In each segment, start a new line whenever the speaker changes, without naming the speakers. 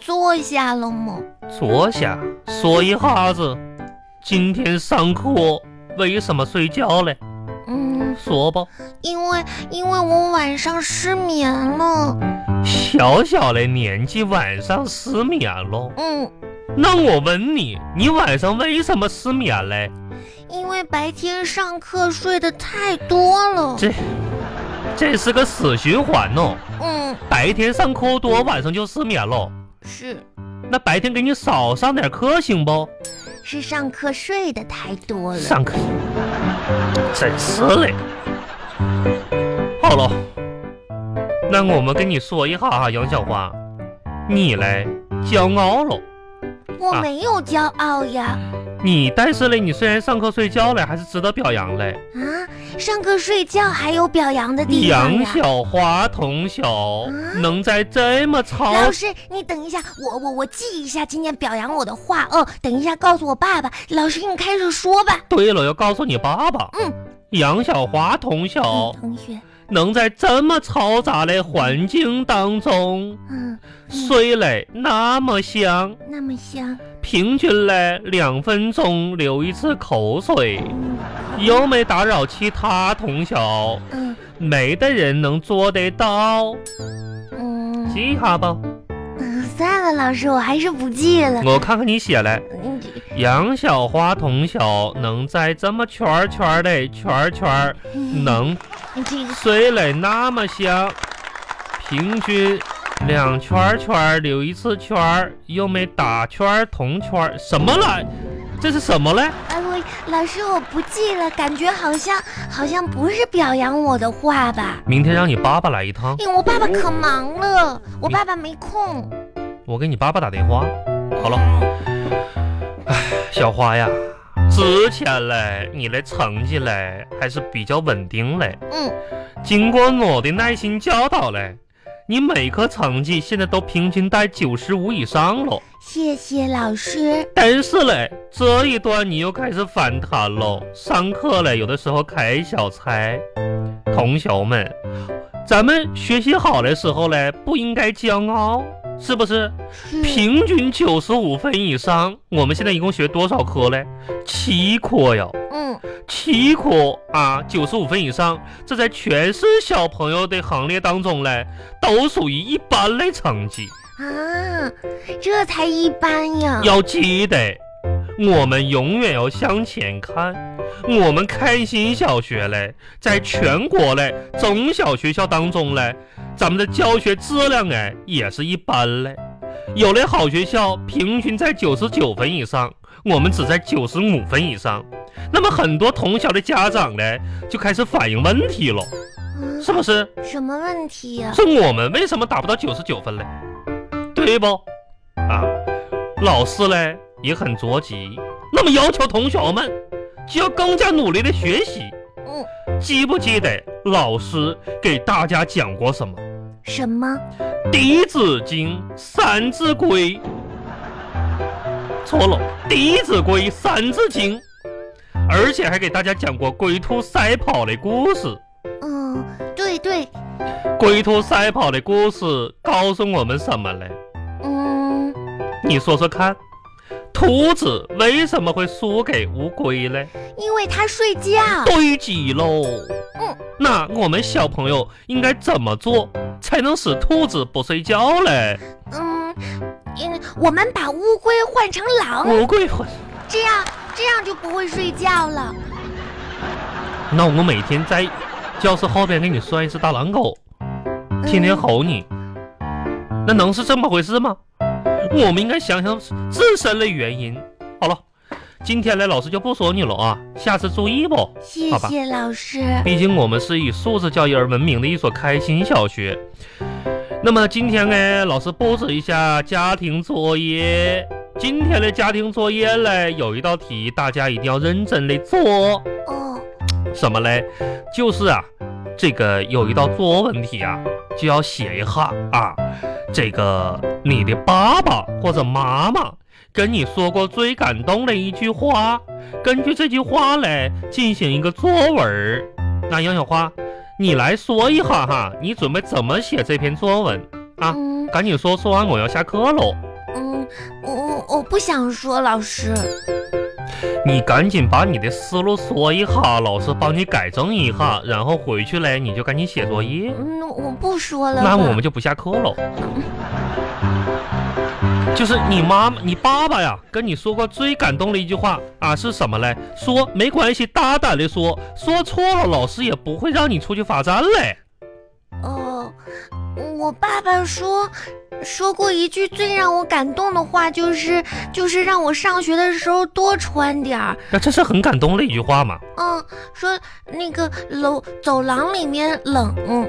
坐下了吗？
坐下，说一下子，今天上课为什么睡觉嘞？
嗯，
说吧。
因为因为我晚上失眠了。
小小的年纪，晚上失眠喽。
嗯，
那我问你，你晚上为什么失眠嘞？
因为白天上课睡得太多了。
这这是个死循环哦。
嗯，
白天上课多，晚上就失眠喽。
是
那白天给你少上点课行不？
是上课睡得太多了。
上课，真是嘞。好了，那我们跟你说一下哈，杨小花，你嘞骄傲喽。
我
啊
没有骄傲呀。
你但是嘞，你虽然上课睡觉嘞，还是值得表扬嘞。
啊，上课睡觉还有表扬的地方
杨
呀。
小花同学
啊
能在这么超
老师，你等一下，我我我记一下今天表扬我的话哦。等一下告诉我爸爸。老师，你开始说吧。
对了，要告诉你爸爸，
嗯，
杨小花同学
嗯同学，
能在这么嘈杂的环境当中
嗯，嗯
睡嘞那么香，
那么香，
平均嘞两分钟流一次口水，
嗯
又没打扰其他同学，
嗯
没的人能做得到，
嗯
记下吧，
嗯，算了，老师，我还是不记了。
我看看你写嘞。
嗯，这
杨小花同学能在这么圈儿圈儿的圈儿圈儿能
这个
睡嘞那么香，平均两圈儿圈儿留一次圈儿，又没打圈儿同圈儿，什么了？这是什么嘞？
哎我老师我不记了，感觉好像好像不是表扬我的话吧？
明天让你爸爸来一趟，
因为我爸爸可忙了，我
你
爸爸没空。
我给你爸爸打电话。好了，哎，小花呀，之前嘞你的成绩嘞还是比较稳定嘞。
嗯，
经过我的耐心教导嘞，你每科成绩现在都平均在九十五以上了。
谢谢老师。
但是嘞，这一段你又开始反弹喽。上课嘞，有的时候开小差，同学们，咱们学习好的时候嘞，不应该骄傲，是不是？
是
平均九十五分以上，我们现在一共学多少科嘞？七科哟。
嗯
七科啊，九十五分以上，这在全市小朋友的行列当中嘞，都属于一般类成绩。
啊，这才一般呀。
要记得，我们永远要向前看。我们开心小学嘞，在全国嘞中小学校当中嘞，咱们的教学质量哎也是一般嘞。有的好学校平均在九十九分以上，我们只在九十五分以上。那么很多同校的家长嘞就开始反映问题了，
嗯
是不是？
什么问题呀、
是我们为什么达不到九十九分嘞？对不？啊，老师嘞也很着急，那么要求同学们就要更加努力的学习。
嗯，
记不记得老师给大家讲过什么？
什么？
《弟子经》《三字规》，错了，《弟子规》《三字经》，而且还给大家讲过龟兔赛跑的故事。
嗯，对对，
龟兔赛跑的故事告诉我们什么嘞？
嗯，
你说说看，兔子为什么会输给乌龟嘞？
因为他睡觉。
对极喽。
嗯，
那我们小朋友应该怎么做才能使兔子不睡觉嘞？
嗯，嗯，我们把乌龟换成狼，
乌龟会，
这样这样就不会睡觉了。
那我每天在教室后边给你拴一只大狼狗，
嗯
天天吼你，那能是这么回事吗？我们应该想想自身的原因。好了，今天来老师就不说你了啊，下次注意不？
嗯谢
好吧哎
谢老师。
毕竟我们是以素质教育而闻名的一所开心小学。那么今天呢，老师布置一下家庭作业。今天的家庭作业嘞，有一道题大家一定要认真的做，
哦，
什么嘞？就是啊，这个有一道作文题啊，就要写一下啊，这个你的爸爸或者妈妈跟你说过最感动的一句话，根据这句话来进行一个作文儿。那杨小花，你来说一下哈，你准备怎么写这篇作文啊？
嗯
赶紧说，说完我要下课喽。
我我我不想说，老师。
你赶紧把你的思路说一下，老师帮你改正一下，然后回去嘞你就赶紧写作业。
嗯，我不说了吧。
那我们就不下课喽。就是你妈妈、你爸爸呀，跟你说过最感动的一句话啊是什么嘞？说没关系，大胆的说，说错了老师也不会让你出去罚站嘞。
哦，我爸爸说说过一句最让我感动的话，就是就是让我上学的时候多穿点儿。
那这是很感动的一句话嘛？
嗯，说那个楼走廊里面冷。嗯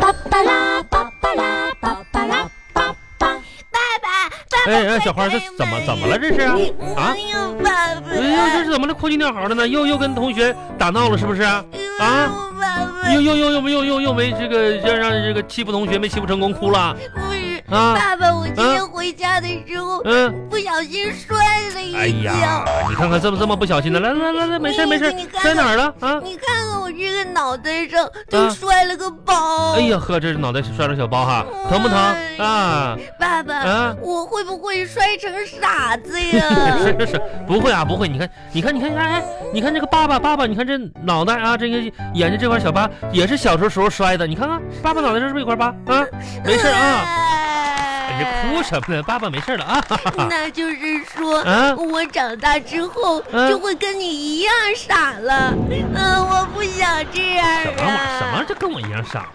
巴巴拉巴巴拉巴巴拉巴巴。爸爸，爸
哎哎，小花这怎么怎么了？这是啊？啊
没有爸爸，
哎呀，这是怎么了？哭泣尿嚎的呢？又又跟同学打闹了是不是啊？啊
爸爸，
又又又又没又又又没这个让让这个欺负同学没欺负成功哭了
不是
啊？
爸爸，我今天
嗯
回家的时候
嗯，
不小心摔了
哎
一
呀
跤。，
你看看这么这么不小心的，来来来来，没事没事
你，看看
在哪儿了啊？
你看看我这个脑袋上
啊
就摔了个包。
哎呀呵，这是脑袋摔了小包哈，疼不疼啊？
哎爸爸，
啊
我会不会摔成傻子呀？
是是是，不会啊，不会。你看，你看，你看，哎，哎你看这个爸爸，爸爸，你看这脑袋啊，这个眼睛这块小疤也是小时候时候摔的。你看看，爸爸脑袋上是不是有块疤啊？ 没事啊，你
哎
哭什么呢？爸爸没事了啊。
那就是说，
啊
我长大之后
嗯
就会跟你一样傻了。嗯、我不想这样
哎
什么玩意
啊
儿？什么？就跟我一样傻。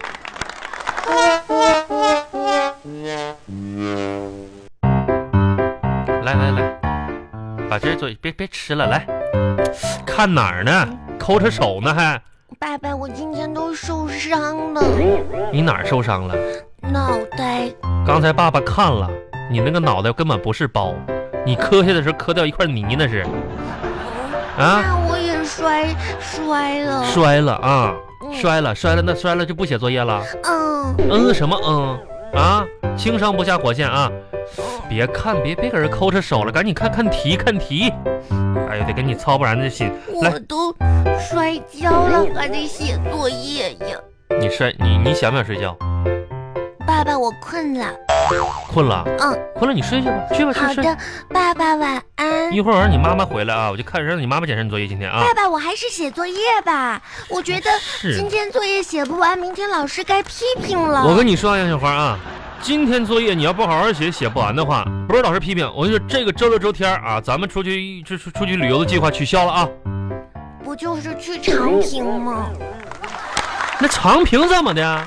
来来来，把这嘴别别吃了，来，看哪儿呢？抠着手呢还？
爸爸，我今天都受伤了，
你哪儿受伤了？
脑袋。
刚才爸爸看了，你那个脑袋根本不是包，你磕下的时候磕掉一块泥那是，啊，
那我也摔摔了。
摔了啊，
嗯
摔了摔了，那摔了就不写作业了？
嗯，
嗯什么嗯啊？轻伤不下火线啊！别看别别搁这抠着手了，赶紧看看题看题。哎呦，得给你操不然的心，来
我都摔跤了，还得写作业呀。
你摔你你想不想睡觉？
爸爸，我困了。
困了，
嗯，
困了你睡去吧，去吧去
好
睡。
的，爸爸晚安。
一会儿我让你妈妈回来啊，我就看让你妈妈检查你作业今天啊。
爸爸，我还是写作业吧。我觉得
是
哎今天作业写不完，明天老师该批评了。
我跟你说啊，杨小花啊，今天作业你要不好好写，写不完的话，不是老师批评，我跟你说，这个周六周天啊，咱们出去出出出去旅游的计划取消了啊。
不就是去长平吗？
那长平怎么的？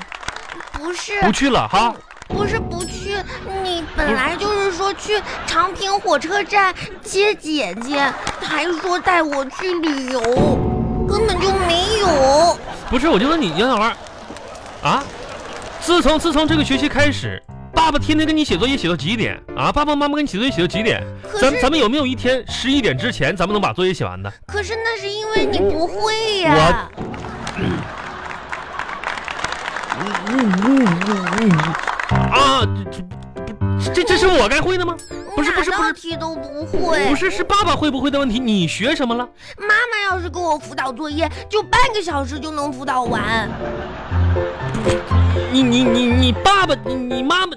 不是，啊
不去了哈？
不是不去。你本来就是说去长平火车站接姐姐，还说带我去旅游，根本就没有。
不是，我就问你，杨小花，啊，自从自从这个学期开始，爸爸天天跟你写作业写到几点啊？爸爸妈妈跟你写作业写到几点？
可
咱
是
咱们有没有一天十一点之前咱们能把作业写完的？
可是那是因为你不会呀。
啊，这这这这是我该会的吗？不是不是
哪
不
道
是
题都不会。
不是，是爸爸会不会的问题。你学什么了？
妈妈要是给我辅导作业，就半个小时就能辅导完。
你你你你爸爸，你你妈妈，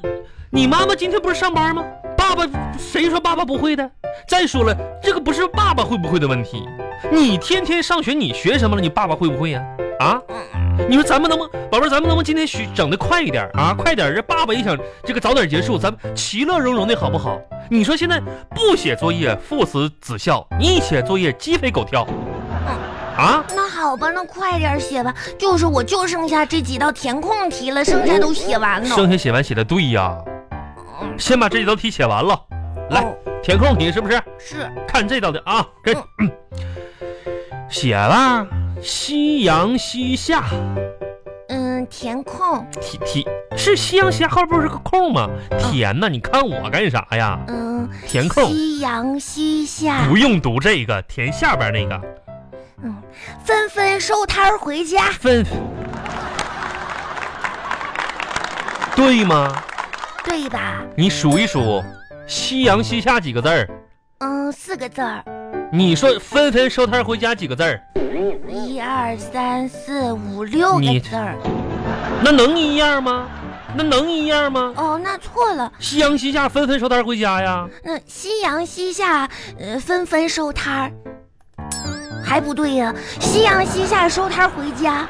你妈妈今天不是上班吗？爸爸，谁说爸爸不会的？再说了，这个不是爸爸会不会的问题，你天天上学，你学什么了？你爸爸会不会呀、啊？你说咱们能不能，宝贝儿，咱们能不能今天学整的快一点啊？快点儿，这爸爸也想这个早点结束，咱们其乐融融的好不好？你说现在不写作业父慈子孝，一写作业鸡飞狗跳，啊？
那好吧，那快点写吧。就是我就剩下这几道填空题了，剩下都写完了。
剩下写完写的对呀，先把这几道题写完了，来
哦
填空题是不是？
是
看这道题啊，这、嗯 写了夕阳西下，
嗯，填空，
题题是夕阳西下后边不是个空吗？填呐，你看我干啥呀？
嗯，
填空
夕阳西下，
不用读这个，填下边那个
纷纷收摊儿回家。
分，对吗？
对吧？
你数一数，夕阳西下几个字儿？
嗯，四个字儿，
你说纷纷收摊回家几个字儿？
一二三四五六
你
个字儿。
那能一样吗？那能一样吗？
哦，那错了。
夕阳西下，纷纷收摊回家呀。
那夕阳西下，呃，纷纷收摊儿，还不对呀、夕阳西下，收摊儿回家，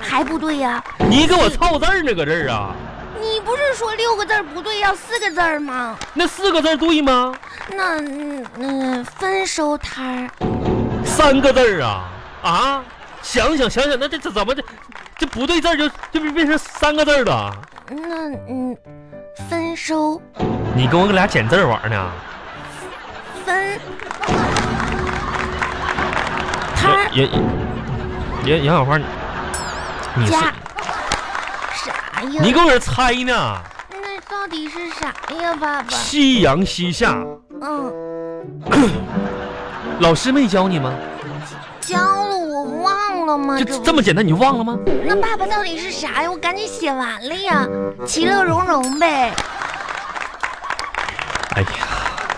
还不对呀、
你给我凑字儿呢，搁这儿啊？
你不是说六个字儿不对，要四个字儿吗？
那四个字儿对吗？
那嗯嗯，分收摊儿，
三个字儿啊啊！想想想想，那这这怎么这这不对字儿就就变变成三个字儿了？
那嗯，分收
你跟我搁俩捡字儿玩呢？
分
哎
摊儿
杨杨杨小花，你你是
家，啥呀？
你给我这猜呢？
那到底是啥呀，爸爸？
夕阳西下，
嗯，
老师没教你吗？
教了我忘了吗？
就
嗯这不嗯
这么简单，你忘了吗？
那爸爸到底是啥呀？我赶紧写完了呀，
嗯
其乐融融呗。
哎呀，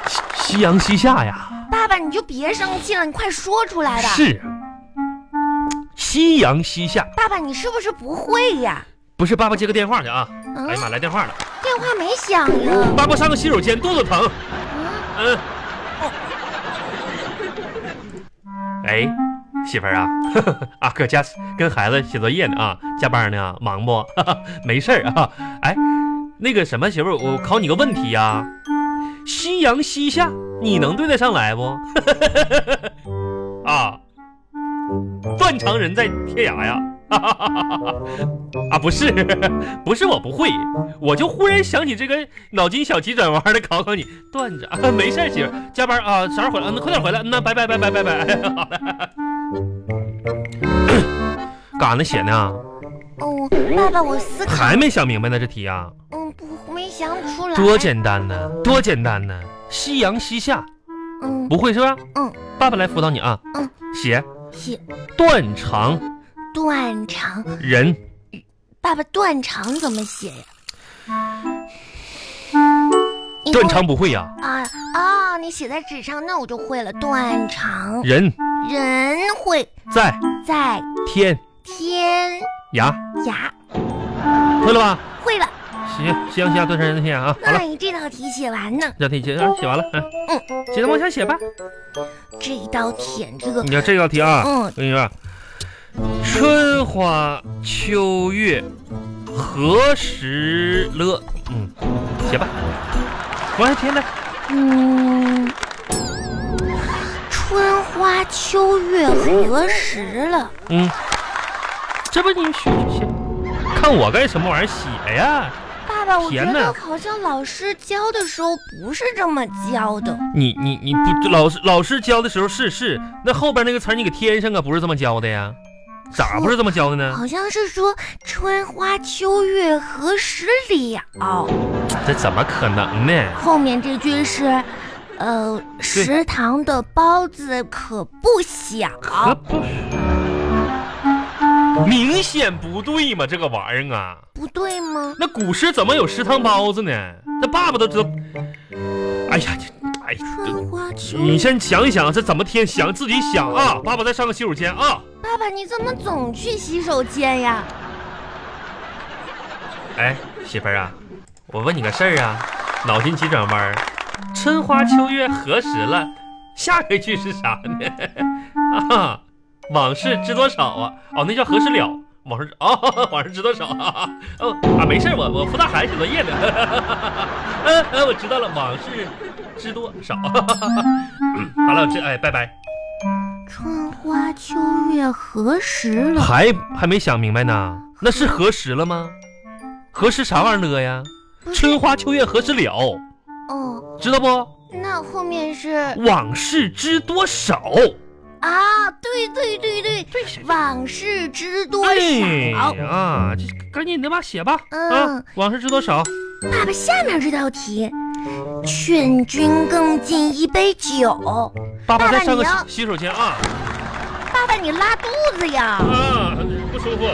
夕夕阳西下呀，
爸爸，你就别生气了，你快说出来吧。
是夕阳西下，
爸爸，你是不是不会呀？
不是爸爸接个电话去啊！
嗯
哎，呀妈，来电话了，
电话没响呀。
爸爸上个洗手间，肚子疼。
嗯，
嗯。哎，媳妇儿啊， 啊，搁家跟孩子写作业呢啊，加班呢，忙不？ 没事儿啊。哎，那个什么媳妇儿，我考你个问题呀、夕阳西下，你能对得上来不？ 啊，断肠人在天涯呀。 啊，不是， 不是我不会，我就忽然想起这个脑筋小急转弯的考考你段子啊，没事儿媳妇儿，加班啊，啥时候回来？嗯，那快点回来，嗯，那拜拜拜拜拜拜， 好了。干啥呢写呢？
哦，爸爸，我思考，
啊还没想明白呢这题啊，
嗯，不，没想出来。
多简单呢，多简单呢。夕阳西下，
嗯，
不会是吧？
嗯，
爸爸来辅导你啊。
嗯，
写
写
断肠
断肠，
人，
爸爸断肠怎么写呀？你
断
给我
肠不会呀、
啊啊！你写在纸上，那我就会了。断肠，
人
人会
在
在
天
天
涯，
涯。
会了吧？
会了，
行，夕阳西下，断肠人在天涯啊。好了
那。你这道题写完呢？
这道题写啊，写完了，嗯，接着往下写吧。
这一道舔这个
你，看这道题啊，
嗯
我跟你说，春花秋月何时了？嗯，写吧，往下写来。
嗯，春花秋月
哦
何时了？
嗯，这不你写写，看我干什么玩意儿写呀？
爸爸，我觉
甜呢
得好像老师教的时候不是这么教的。
你你你不老师老师教的时候是是，那后边那个词儿你给添上啊，不是这么教的呀？咋不是这么教的呢？
好像是说“春花秋月何时了
嗯这怎么可能呢？”，
后面这句是，呃，食堂的包子可不小。
啊，不是，明显不对嘛，这个玩意儿啊，
不对吗？
那古诗怎么有食堂包子呢？那爸爸都知道。哎呀，这哎，
春花秋
你
月，
先想一想，这怎么添想自己想啊？爸爸再上个洗手间啊！
爸爸，你怎么总去洗手间呀？
哎，媳妇儿啊，我问你个事儿啊，脑筋急转弯儿，春花秋月何时了？下一句是啥呢？ 啊，往事知多少啊？哦，那叫何时了？往事 哦，往事知多少啊？哦啊，没事儿，我我辅大涵写作业呢。 嗯嗯，我知道了，往事知多少？ 嗯好了，这哎，拜拜。
春花秋月何时 了？
还还没想明白呢，那是何时了吗？何时啥玩意儿了呀？
不是
春花秋月何时了？
哦，
知道不？
那后面是
往事知多少？
啊，对对对对，
对谁？
往事知多
哎
少？
啊，这赶紧的吧，写吧。啊
嗯，
往事知多少？
爸爸，下面这道题，劝君更尽一杯酒。
爸爸
爸爸
再上个
你要
洗洗手间啊。
爸爸，你拉肚子呀？
啊，不舒服。